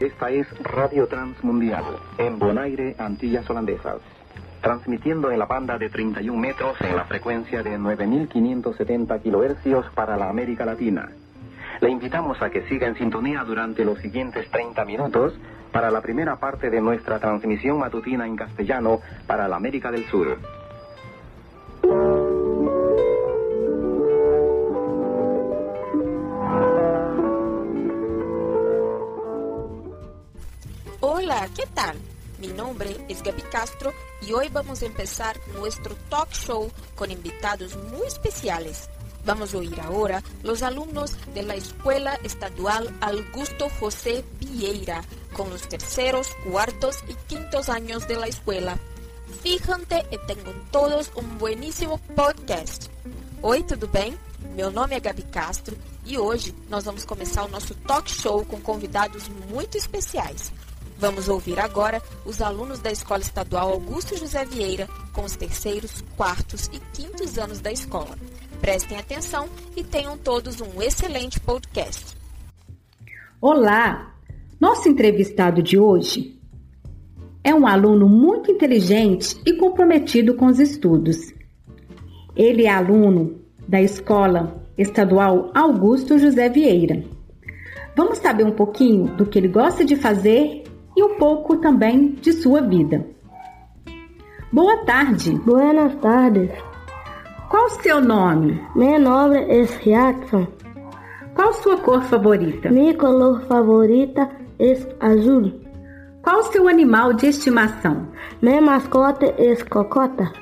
Esta es Radio Transmundial, en Bonaire, Antillas Holandesas. Transmitiendo en la banda de 31 metros en la frecuencia de 9.570 kilohercios para la América Latina. Le invitamos a que siga en sintonía durante los siguientes 30 minutos para la primera parte de nuestra transmisión matutina en castellano para la América del Sur. Hola, ¿qué tal? Mi nombre es Gaby Castro y hoy vamos a empezar nuestro talk show con invitados muy especiales. Vamos a oír ahora los alumnos de la Escuela Estadual Augusto José Vieira con los terceros, cuartos y quintos años de la escuela. Fíjate que tengo todos un buenísimo podcast. Oi, tudo bem? Meu nome é Gabi Castro e hoje nós vamos começar o nosso talk show com convidados muito especiais. Vamos ouvir agora os alunos da Escola Estadual Augusto José Vieira com os terceiros, quartos e quintos anos da escola. Prestem atenção e tenham todos um excelente podcast. Olá! Nosso entrevistado de hoje é um aluno muito inteligente e comprometido com os estudos. Ele é aluno da Escola Estadual Augusto José Vieira. Vamos saber um pouquinho do que ele gosta de fazer e um pouco também de sua vida. Boa tarde! Buenas tardes. Qual o seu nome? Mi nombre es Jackson. Qual sua cor favorita? Mi color favorita es azul. Qual o seu animal de estimação? Mi mascota es Cocota.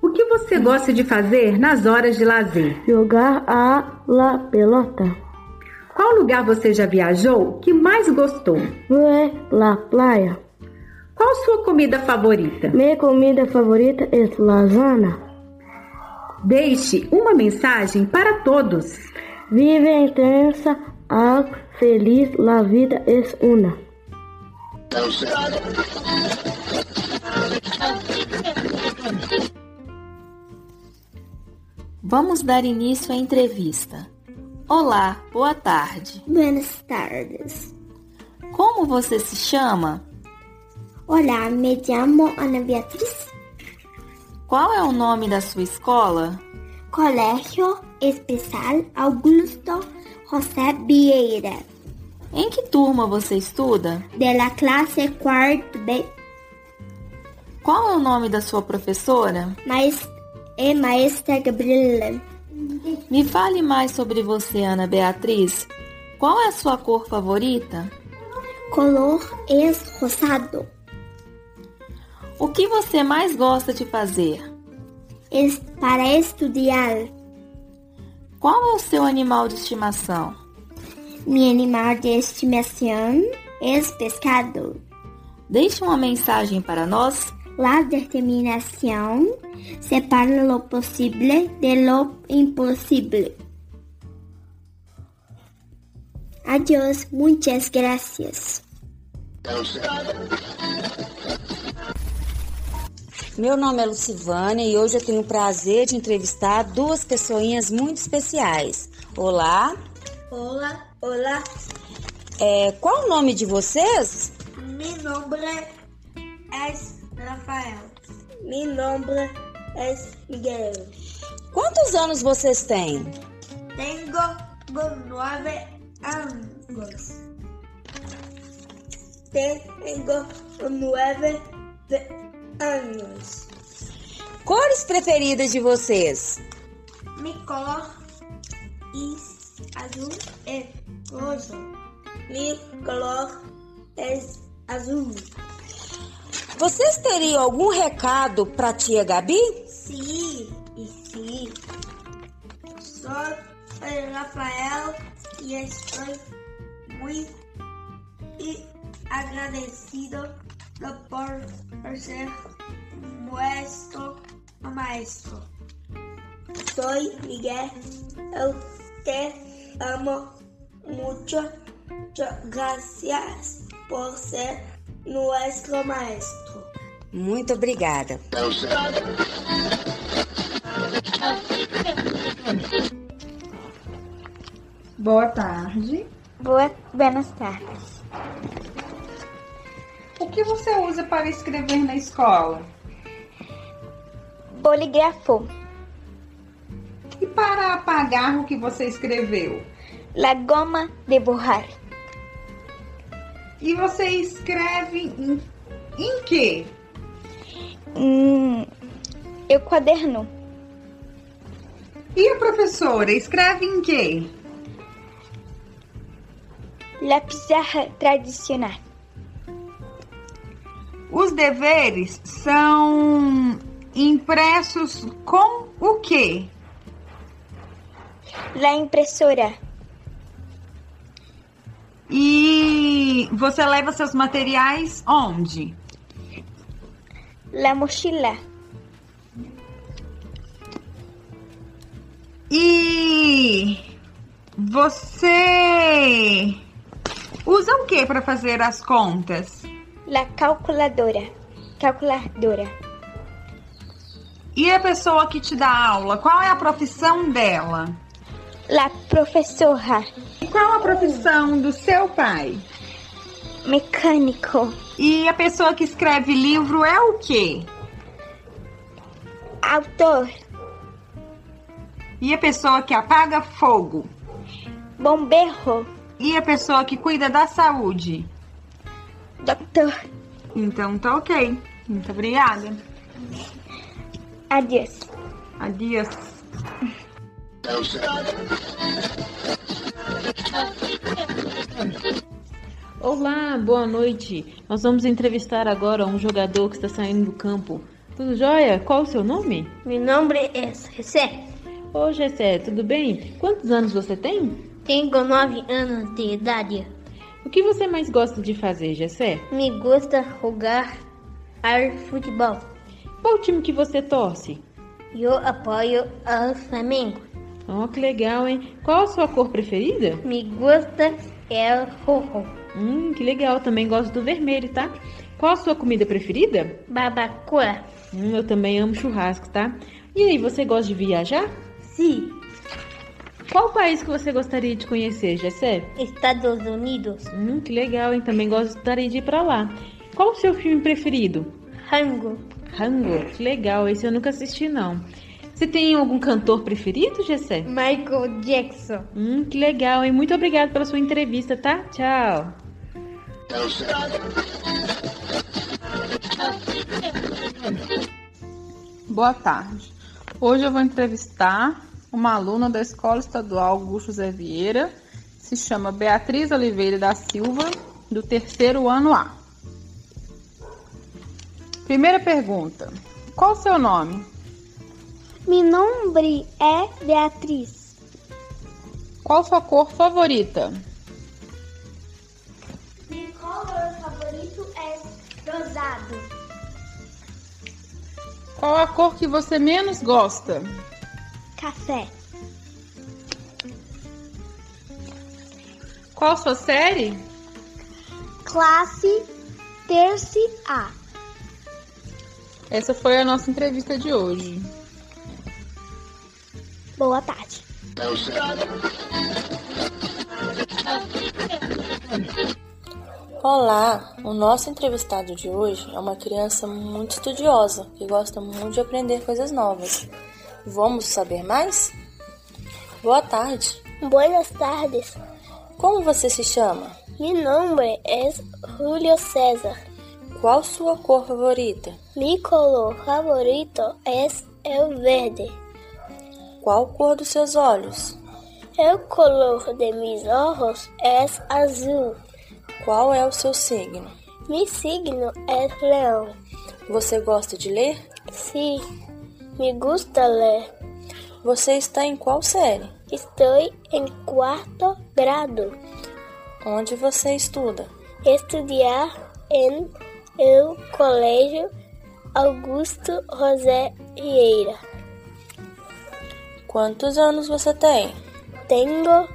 O que você gosta de fazer nas horas de lazer? Jugar a la pelota. Qual lugar você já viajou que mais gostou? Fue la playa. Qual sua comida favorita? Mi comida favorita es lasaña. Deixe uma mensagem para todos. Vive intensa, algo feliz, la vida es una. Vamos dar início à entrevista. Olá, boa tarde. Buenas tardes. Como você se chama? Hola, me llamo Ana Beatriz. Qual é o nome da sua escola? Colegio Especial Augusto José Vieira, Em que turma você estuda? de la clase cuarto B, Qual é o nome da sua professora? maest e maestra Gabriela. Me fale mais sobre você, Ana Beatriz. Qual é a sua cor favorita? Color es rosado. O que você mais gosta de fazer? Es para estudiar. Qual é o seu animal de estimação? Mi animal de estimación es pescado. Deixe uma mensagem para nós. La determinación separa lo posible de lo imposible. Adiós, muchas gracias. Meu nome é Lucivânia e hoje eu tenho o prazer de entrevistar duas pessoinhas muito especiais. Olá, Hola, hola, é, qual o nome de vocês? mi nombre es Rafael. Mi nombre es Miguel. Quantos anos vocês têm? Tengo nueve años. Tengo nueve de- años. Cores preferidas de vocês? Mi color es azul y rosa. Mi color es azul. Vocês teriam algum recado para tia Gabi? Sí, y sí. Soy el Rafael y estoy muy y agradecido por ser nuestro maestro. Soy Miguel, eu te amo mucho. Muchas Gracias por ser nuestro maestro. Muito obrigada. Boa tarde. Boa, buenas tardes. O que você usa para escrever na escola? Bolígrafo. E para apagar o que você escreveu? La goma de borrar. E você escreve em, em quê? Hum, eu quaderno. E a professora escreve em quê? La pizarra tradicional. Os deveres são impressos com o quê? La impressora. E você leva seus materiais onde? La mochila. E você usa o que para fazer as contas? La calculadora. Calculadora. E a pessoa que te dá aula, qual é a profissão dela? La professora. E qual a profissão do seu pai? Mecânico. E a pessoa que escreve livro é o quê? Autor. E a pessoa que apaga fogo? Bombeiro. E a pessoa que cuida da saúde? Doutor. Então tá ok. Muito obrigada. Adeus. Adiós. Olá, boa noite. Nós vamos entrevistar agora um jogador que está saindo do campo. Tudo jóia? Qual o seu nome? Mi nombre es José. Ô, Gessé, tudo bem? Quantos anos você tem? Tenho nove anos de idade. O que você mais gosta de fazer, Gessé? Me gusta jogar al futebol. Qual time que você torce? Eu apoio al Flamengo. Oh, que legal, hein? Qual a sua cor preferida? Me gusta el rojo. Hum, que legal. Também gosto do vermelho, tá? Qual a sua comida preferida? Babacua. Hum, eu também amo churrasco, tá? E aí, você gosta de viajar? Sim, Qual país que você gostaria de conhecer, Gessé? Estados Unidos. Hum, que legal, hein? Também gostaria de ir pra lá. Qual o seu filme preferido? Rango. Rango. Que legal, esse eu nunca assisti, não. Você tem algum cantor preferido, Gessé? Michael Jackson. Hum, que legal, hein? Muito obrigada pela sua entrevista, tá? Tchau. Boa tarde. Hoje eu vou entrevistar uma aluna da Escola Estadual Augusto Zé Vieira, se chama Beatriz Oliveira da Silva, do terceiro ano A. Primeira pergunta: Qual o seu nome? Mi nombre é Beatriz. Qual sua cor favorita? Mi color favorito é rosado. Qual a cor que você menos gosta? Café. Qual sua série? Classe Terce A. Essa foi a nossa entrevista de hoje. Boa tarde. Olá! O nosso entrevistado de hoje é uma criança muito estudiosa que gosta muito de aprender coisas novas. Vamos saber mais? Boa tarde! Buenas tardes. Como você se chama? Mi nombre es Julio César. Qual sua cor favorita? Mi color favorito es el verde. Qual cor dos seus olhos? El color de mis ojos es azul. Qual é o seu signo? Mi signo es león. Você gosta de ler? Sí, me gusta leer. Você está em qual série? Estou em quarto grado. Onde você estuda? Estudiar em el colégio Augusto José Vieira. Quantos anos você tem? Tenho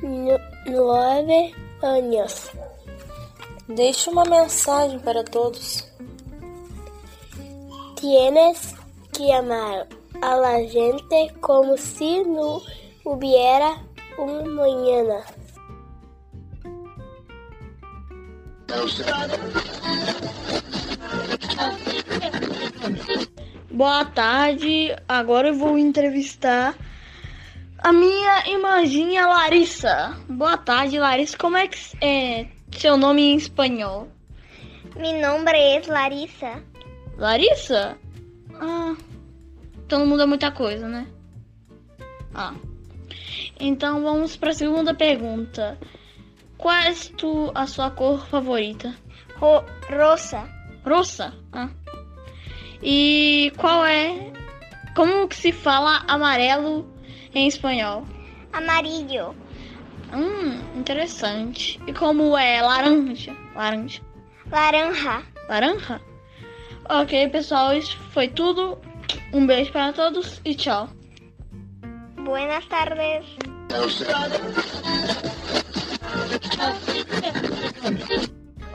nu- nove anos. Deixe uma mensagem para todos. Tienes que amar a la gente como si no hubiera una mañana. Boa tarde, agora eu vou entrevistar a minha irmãzinha Larissa. Boa tarde, Larissa. Como é que é seu nome em espanhol? Mi nombre es Larissa. Larissa? Ah, então muda muita coisa, né? Ah. Então vamos para a segunda pergunta. Qual é tu, a sua cor favorita? Ro rosa. Rosa? Ah. E qual é. Como que se fala amarelo em espanhol? Amarillo. Hum, interessante. E como é laranja? Laranja. Laranja. Laranja? Ok, pessoal, isso foi tudo. Um beijo para todos e tchau. Buenas tardes.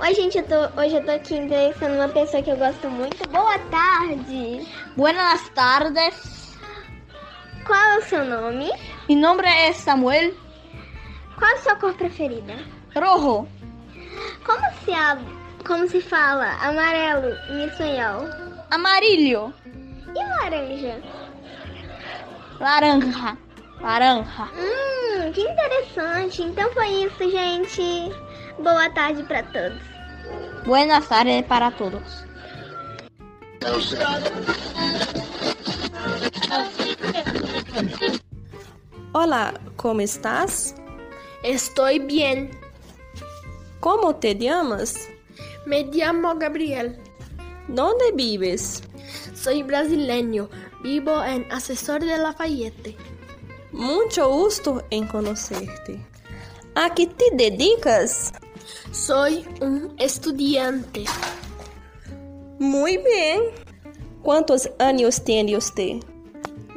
Oi, gente, eu tô, hoje eu tô aqui entrevistando uma pessoa que eu gosto muito. Boa tarde. Buenas tardes. Qual é o seu nome? Mi nombre é Samuel. Qual é a sua cor preferida? Rojo. Como se, a, como se fala amarelo em espanhol? Amarillo. E laranja? Laranja. Laranja. Hum, que interessante. Então foi isso, gente. Boa tarde para todos. Buenas tardes para todos. Olá, como estás? Estou bem. Como te chamas? Me chamo Gabriel. Onde vives? Soy brasileño, vivo en Asesor de Lafayette. Mucho gusto en conocerte. ¿A qué te dedicas? Soy un estudiante. Muy bien. ¿Cuántos años tiene usted?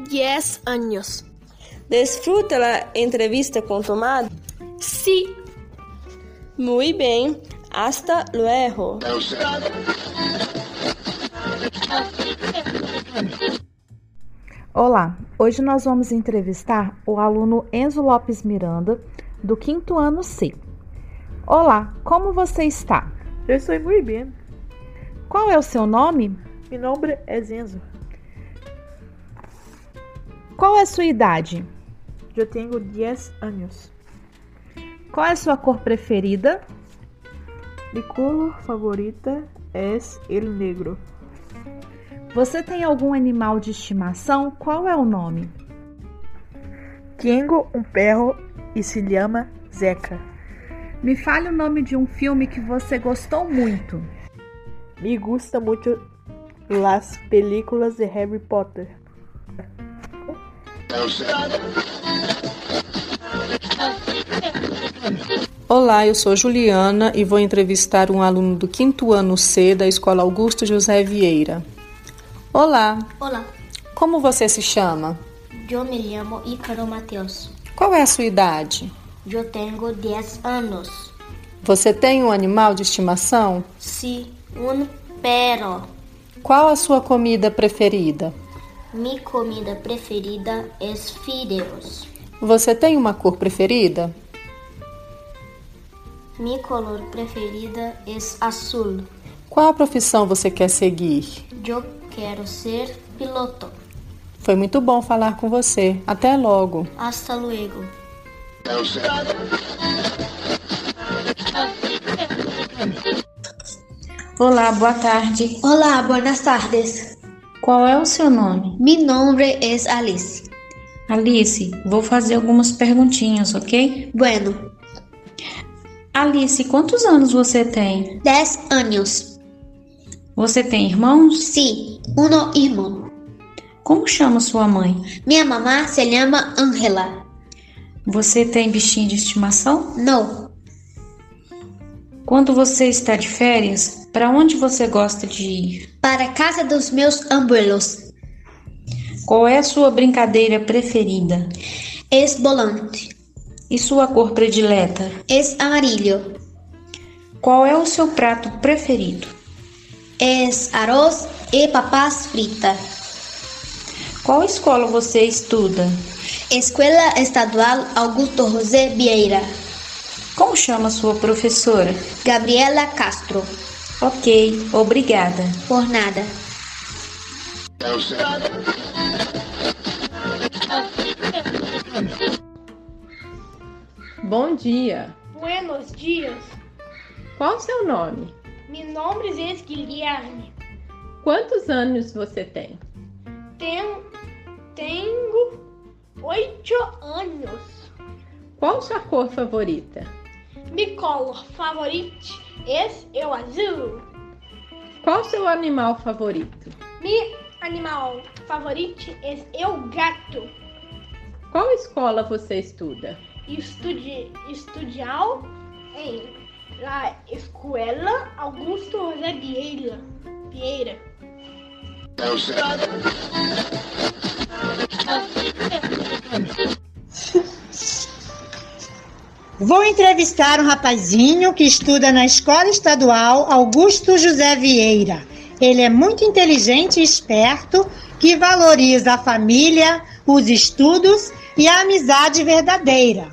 Diez años. ¿Disfruta la entrevista con tu madre? Sí. Muy bien. Hasta luego. Olá, hoje nós vamos entrevistar o aluno Enzo Lopes Miranda, do quinto ano C. Olá, como você está? Eu estou muito bem. Qual é o seu nome? Meu nome é Enzo. Qual é a sua idade? Eu tenho 10 anos. Qual é a sua cor preferida? Minha cor favorita é el negro. Você tem algum animal de estimação? Qual é o nome? Tenho um perro e se chama Zeca. Me fale o nome de um filme que você gostou muito. Me gusta muito las películas de Harry Potter. Olá, eu sou Juliana e vou entrevistar um aluno do quinto ano C da Escola Augusto José Vieira. Olá. Olá. Como você se chama? Eu me chamo Ícaro Mateus. Qual é a sua idade? Eu tenho 10 anos. Você tem um animal de estimação? Sim, um perro. Qual a sua comida preferida? Minha comida preferida é fideos. Você tem uma cor preferida? Minha cor preferida é azul. Qual a profissão você quer seguir? Eu quero ser piloto. Foi muito bom falar com você. Até logo. Hasta luego. Olá, boa tarde. Olá, buenas tardes. Qual é o seu nome? Mi nombre es Alice. Alice, vou fazer algumas perguntinhas, ok? Bueno. Alice, quantos anos você tem? Dez anos. Você tem irmãos? Sim, um irmão. Como chama sua mãe? Minha mamã se chama Angela. Você tem bichinho de estimação? Não. Quando você está de férias, para onde você gosta de ir? Para a casa dos meus abuelos. Qual é a sua brincadeira preferida? Esbolante. E sua cor predileta? Es amarillo. Qual é o seu prato preferido? es arroz e papas fritas. Qual escola você estuda? Escola Estadual Augusto José Vieira. Como chama sua professora? Gabriela Castro. Ok, obrigada. Por nada. Bom dia. Buenos dias. Qual o seu nome? Meu nome é Guilherme. Quantos anos você tem? Tenho, tenho oito anos. Qual sua cor favorita? Minha cor favorita é o azul. Qual seu animal favorito? Meu animal favorito é o gato. Qual escola você estuda? Estude, estudiar em la escola Augusto José Vieira. Vieira. Vou entrevistar um rapazinho que estuda na Escola Estadual Augusto José Vieira. Ele é muito inteligente e esperto, que valoriza a família, os estudos e a amizade verdadeira.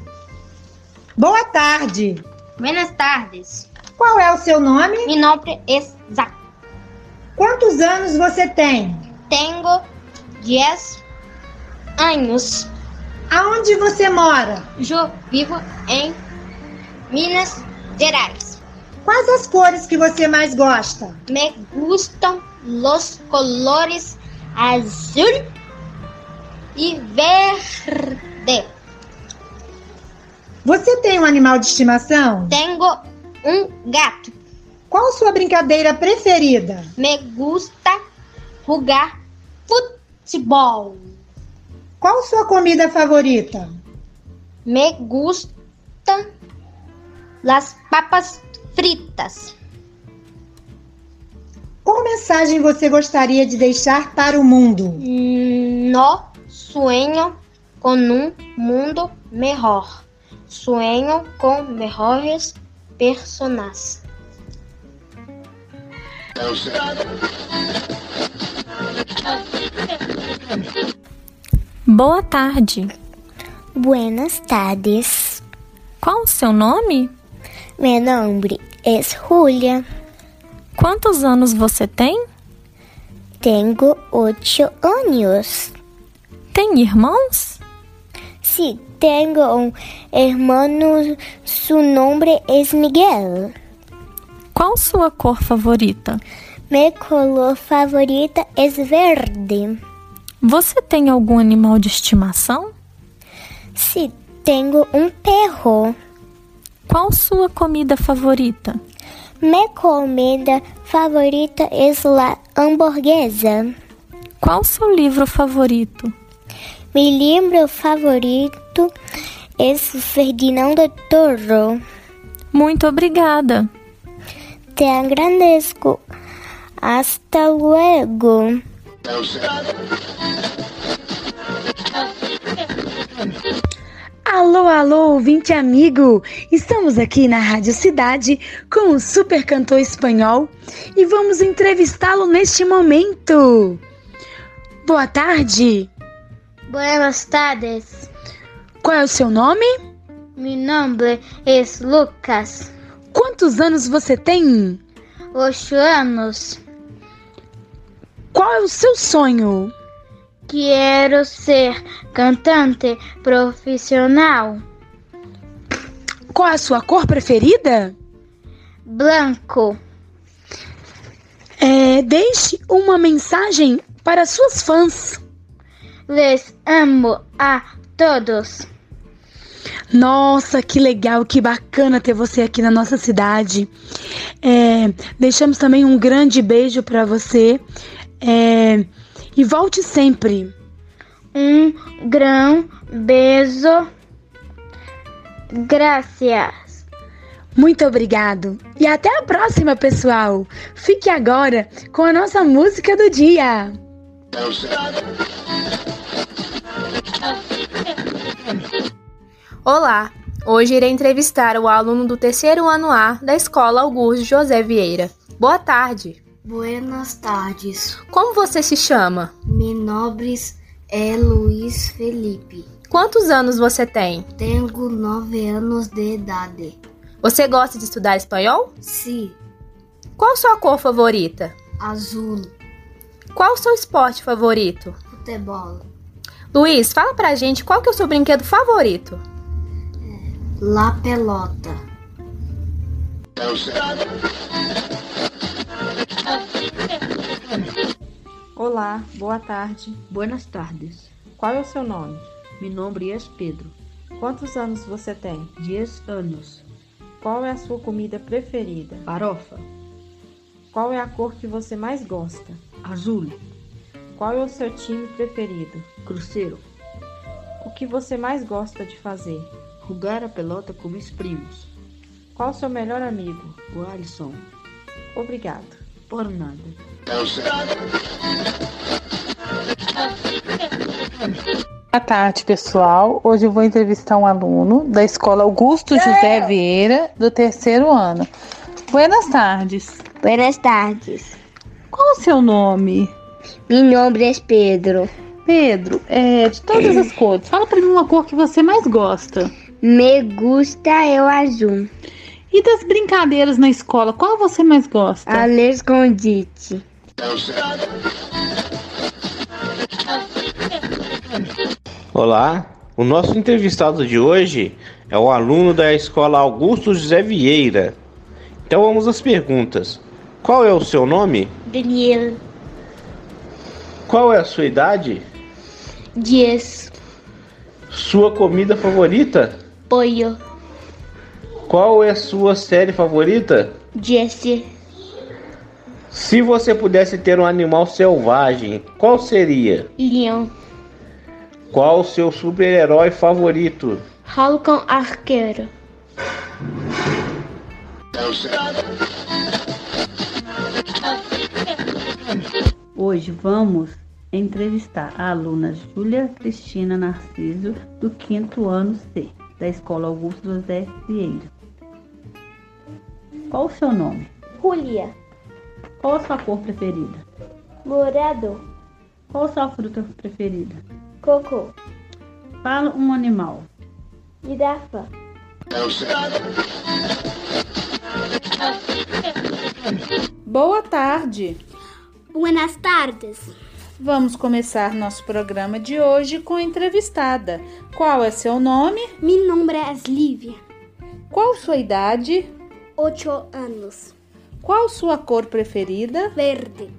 Boa tarde. Buenas tardes. Qual é o seu nome? Meu nome é Zac. Quantos anos você tem? Tenho 10 anos. Aonde você mora? Eu vivo em Minas Gerais. Quais as cores que você mais gosta? Me gustam os colores azul e verde. Você tem um animal de estimação? Tenho um gato. Qual sua brincadeira preferida? Me gusta jogar futebol. Qual sua comida favorita? Me gusta las papas fritas. Qual mensagem você gostaria de deixar para o mundo? No sonho com um mundo melhor sonho com melhores personagens. Boa tarde. Buenas tardes. Qual o seu nome? Meu nome é Julia. Quantos anos você tem? Tenho oito anos. Tem irmãos? Sim, sí, tenho um irmão, seu nome é Miguel. Qual sua cor favorita? Minha cor favorita é verde. Você tem algum animal de estimação? Sim, sí, tenho um perro. Qual sua comida favorita? Minha comida favorita é a hamburguesa. Qual seu livro favorito? Meu livro favorito é Ferdinando Toro. Muito obrigada. Te agradeço. Hasta luego. Alô, alô, ouvinte amigo! Estamos aqui na Rádio Cidade com o super cantor espanhol e vamos entrevistá-lo neste momento. Boa tarde! Buenas tardes. Qual é o seu nome? Meu nome é Lucas. Quantos anos você tem? Oito anos. Qual é o seu sonho? Quero ser cantante profissional. Qual é a sua cor preferida? Branco. É, deixe uma mensagem para suas fãs. Les amo a todos. Nossa, que legal, que bacana ter você aqui na nossa cidade. É, deixamos também um grande beijo para você é, e volte sempre. Um grande beijo. Graças. Muito obrigado. E até a próxima, pessoal. Fique agora com a nossa música do dia. Olá! Hoje irei entrevistar o aluno do terceiro ano A da Escola Augusto José Vieira. Boa tarde! Buenas tardes! Como você se chama? Meu nome é Luiz Felipe. Quantos anos você tem? Tenho nove anos de idade. Você gosta de estudar espanhol? Sim, Qual sua cor favorita? azul, Qual o seu esporte favorito? futebol, Luiz, fala pra gente qual que é o seu brinquedo favorito. la pelota. Olá, boa tarde. Buenas tardes. Qual é o seu nome? Mi nombre es Pedro. Quantos anos você tem? 10 anos. Qual é a sua comida preferida? Farofa. Qual é a cor que você mais gosta? Azul. Qual é o seu time preferido? Cruzeiro. O que você mais gosta de fazer? Jogar a pelota com meus primos. Qual o seu melhor amigo? O Alisson. Obrigado. Por nada. Boa tarde, pessoal. Hoje eu vou entrevistar um aluno da escola Augusto José Vieira, do terceiro ano. Buenas tardes. Buenas tardes. Qual o seu nome? Mi nombre es é Pedro. Pedro, é, de todas as cores, fala pra mim uma cor que você mais gosta. Me gusta el azul. E das brincadeiras na escola, qual você mais gosta? Ah, Al escondite. Olá, o nosso entrevistado de hoje é o aluno da escola Augusto José Vieira. Então vamos às perguntas. Qual é o seu nome? Daniel. Qual é a sua idade? 10. Sua comida favorita? Pollo. Qual é a sua série favorita? Jesse. Se você pudesse ter um animal selvagem, qual seria? Leon. Qual o seu super-herói favorito? Halcon Arqueiro. Hoje vamos entrevistar a aluna Júlia Cristina Narciso, do quinto ano C, da Escola Augusto José Vieira. Qual o seu nome? Julia, Qual a sua cor preferida? morado, Qual a sua fruta preferida? coco, Fala um animal. girafa. Boa tarde. Buenas tardes. Vamos começar nosso programa de hoje com a entrevistada. Qual é seu nome? Mi nombre es Lívia. Qual sua idade? Ocho anos. Qual sua cor preferida? Verde.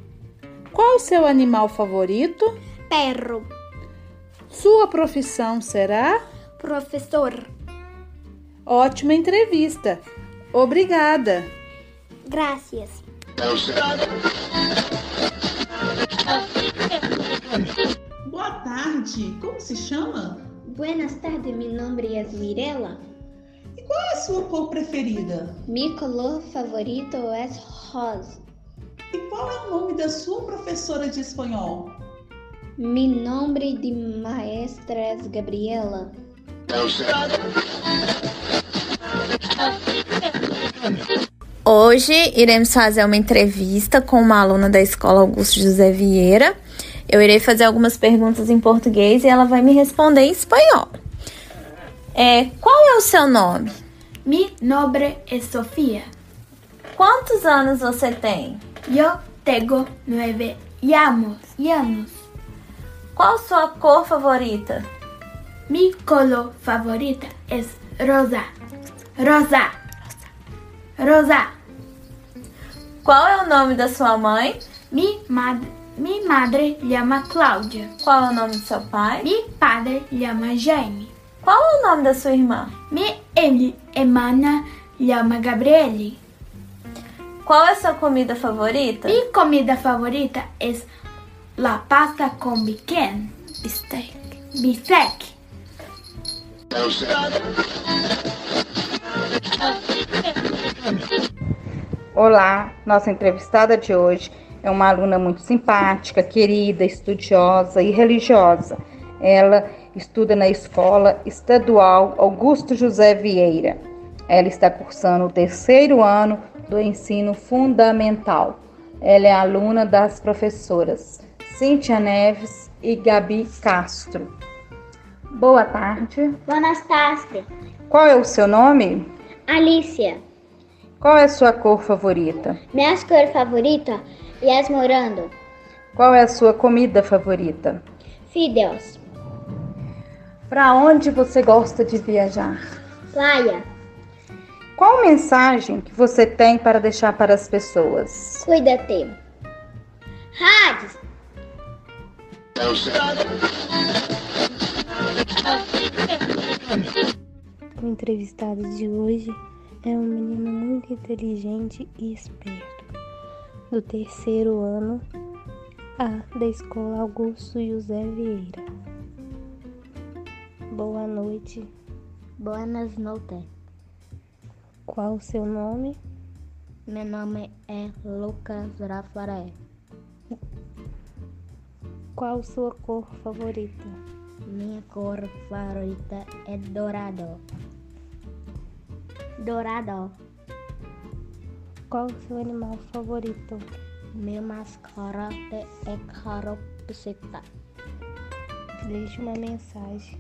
Qual o seu animal favorito? Perro. Sua profissão será? Professor. Ótima entrevista. Obrigada. Gracias. Boa tarde, como se chama? Buenas tardes, mi nombre es Mirela. E qual é a sua cor preferida? Mi color favorito es rosa. E qual é o nome da sua professora de espanhol? Mi nombre de maestra es Gabriela. Hoje iremos fazer uma entrevista com uma aluna da escola Augusto José Vieira. Eu irei fazer algumas perguntas em português e ela vai me responder em espanhol. É, qual é o seu nome? Mi nombre es Sofía. Quantos anos você tem? Yo tengo nueve años. años. Qual sua cor favorita? Mi color favorita es rosa. Rosa. Rosa. Qual é o nome da sua mãe? Mi madre, mi madre llama Cláudia. Qual é o nome do seu pai? Mi padre llama Jaime. Qual é o nome da sua irmã? Mi em- hermana llama Gabriele. Qual é a sua comida favorita? Mi comida favorita es la pasta con biquen. Bistec. Bistec. Olá, nossa entrevistada de hoje é uma aluna muito simpática, querida, estudiosa e religiosa. Ela estuda na Escola Estadual Augusto José Vieira. Ela está cursando o terceiro ano do ensino fundamental. Ela é aluna das professoras Cíntia Neves e Gabi Castro. Boa tarde. Buenas tardes. Qual é o seu nome? Alicia, Qual é a sua cor favorita? minhas cores favoritas e as morando. Qual é a sua comida favorita? Fideus, Para onde você gosta de viajar? Laia, Qual mensagem que você tem para deixar para as pessoas? cuida-te. Hades, O entrevistado de hoje é um menino muito inteligente e esperto, do terceiro ano A da Escola Augusto José Vieira. Boa noite. Buenas noches. Qual o seu nome? Meu nome é Lucas Rafael. Qual sua cor favorita? Minha cor favorita é dourado. Dourado. Qual o seu animal favorito? Meu mascarate é caro psita. Deixe uma mensagem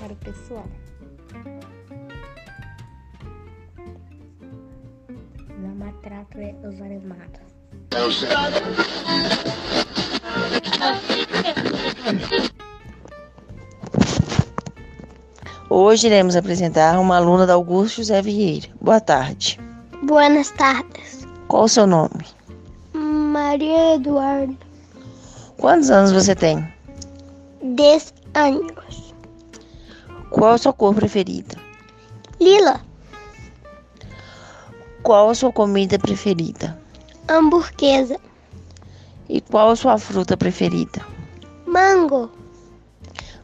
para o pessoal. Não maltrate os animais. Hoje iremos apresentar uma aluna da Augusto José Vieira. Boa tarde. Buenas tardes. Qual o seu nome? Maria Eduardo, Quantos anos você tem? 10 anos. Qual a sua cor preferida? Lila, Qual a sua comida preferida? hamburguesa, E qual a sua fruta preferida? mango,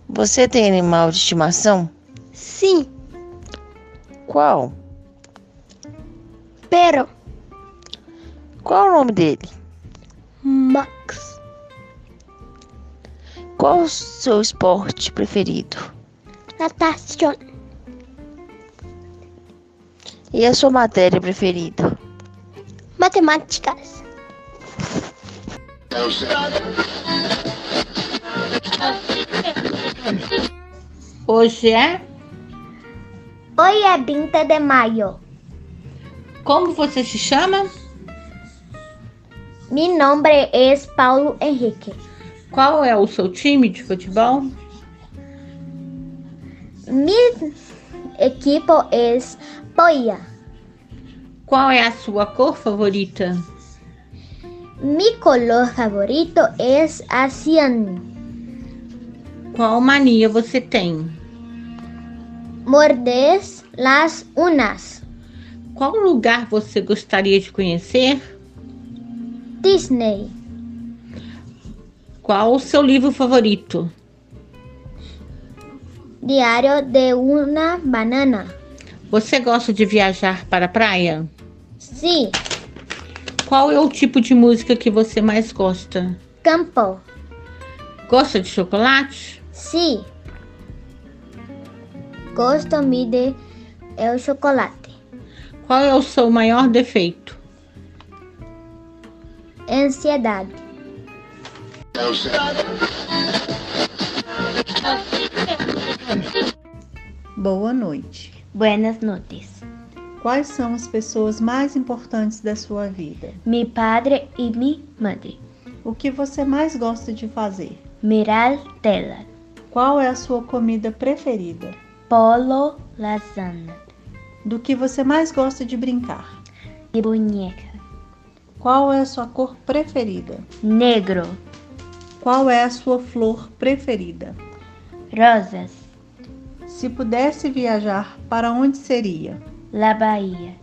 Você tem animal de estimação? sim, Qual? pero, Qual o nome dele? Max, Qual o seu esporte preferido? natação, E a sua matéria preferida? matemáticas. Hoje é? Hoy é 20 de maio. Como você se chama? Mi nombre é Paulo Henrique. Qual é o seu time de futebol? Mi equipo é Poia. Qual é a sua cor favorita? Mi color favorito é aciano. Qual mania você tem? Mordes las unas. Qual lugar você gostaria de conhecer? Disney. Qual o seu livro favorito? Diário de uma banana. Você gosta de viajar para a praia? Sim, Qual é o tipo de música que você mais gosta? campo. Gosta de chocolate? Sim. Gosto me de é o chocolate. Qual é o seu maior defeito? Ansiedade. Boa noite. Buenas noches. Quais são as pessoas mais importantes da sua vida? Mi padre e mi madre. O que você mais gosta de fazer? Mirar tela. Qual é a sua comida preferida? Polo lasagna. Do que você mais gosta de brincar? De boneca. Qual é a sua cor preferida? Negro. Qual é a sua flor preferida? Rosas. Se pudesse viajar, para onde seria? La Bahia.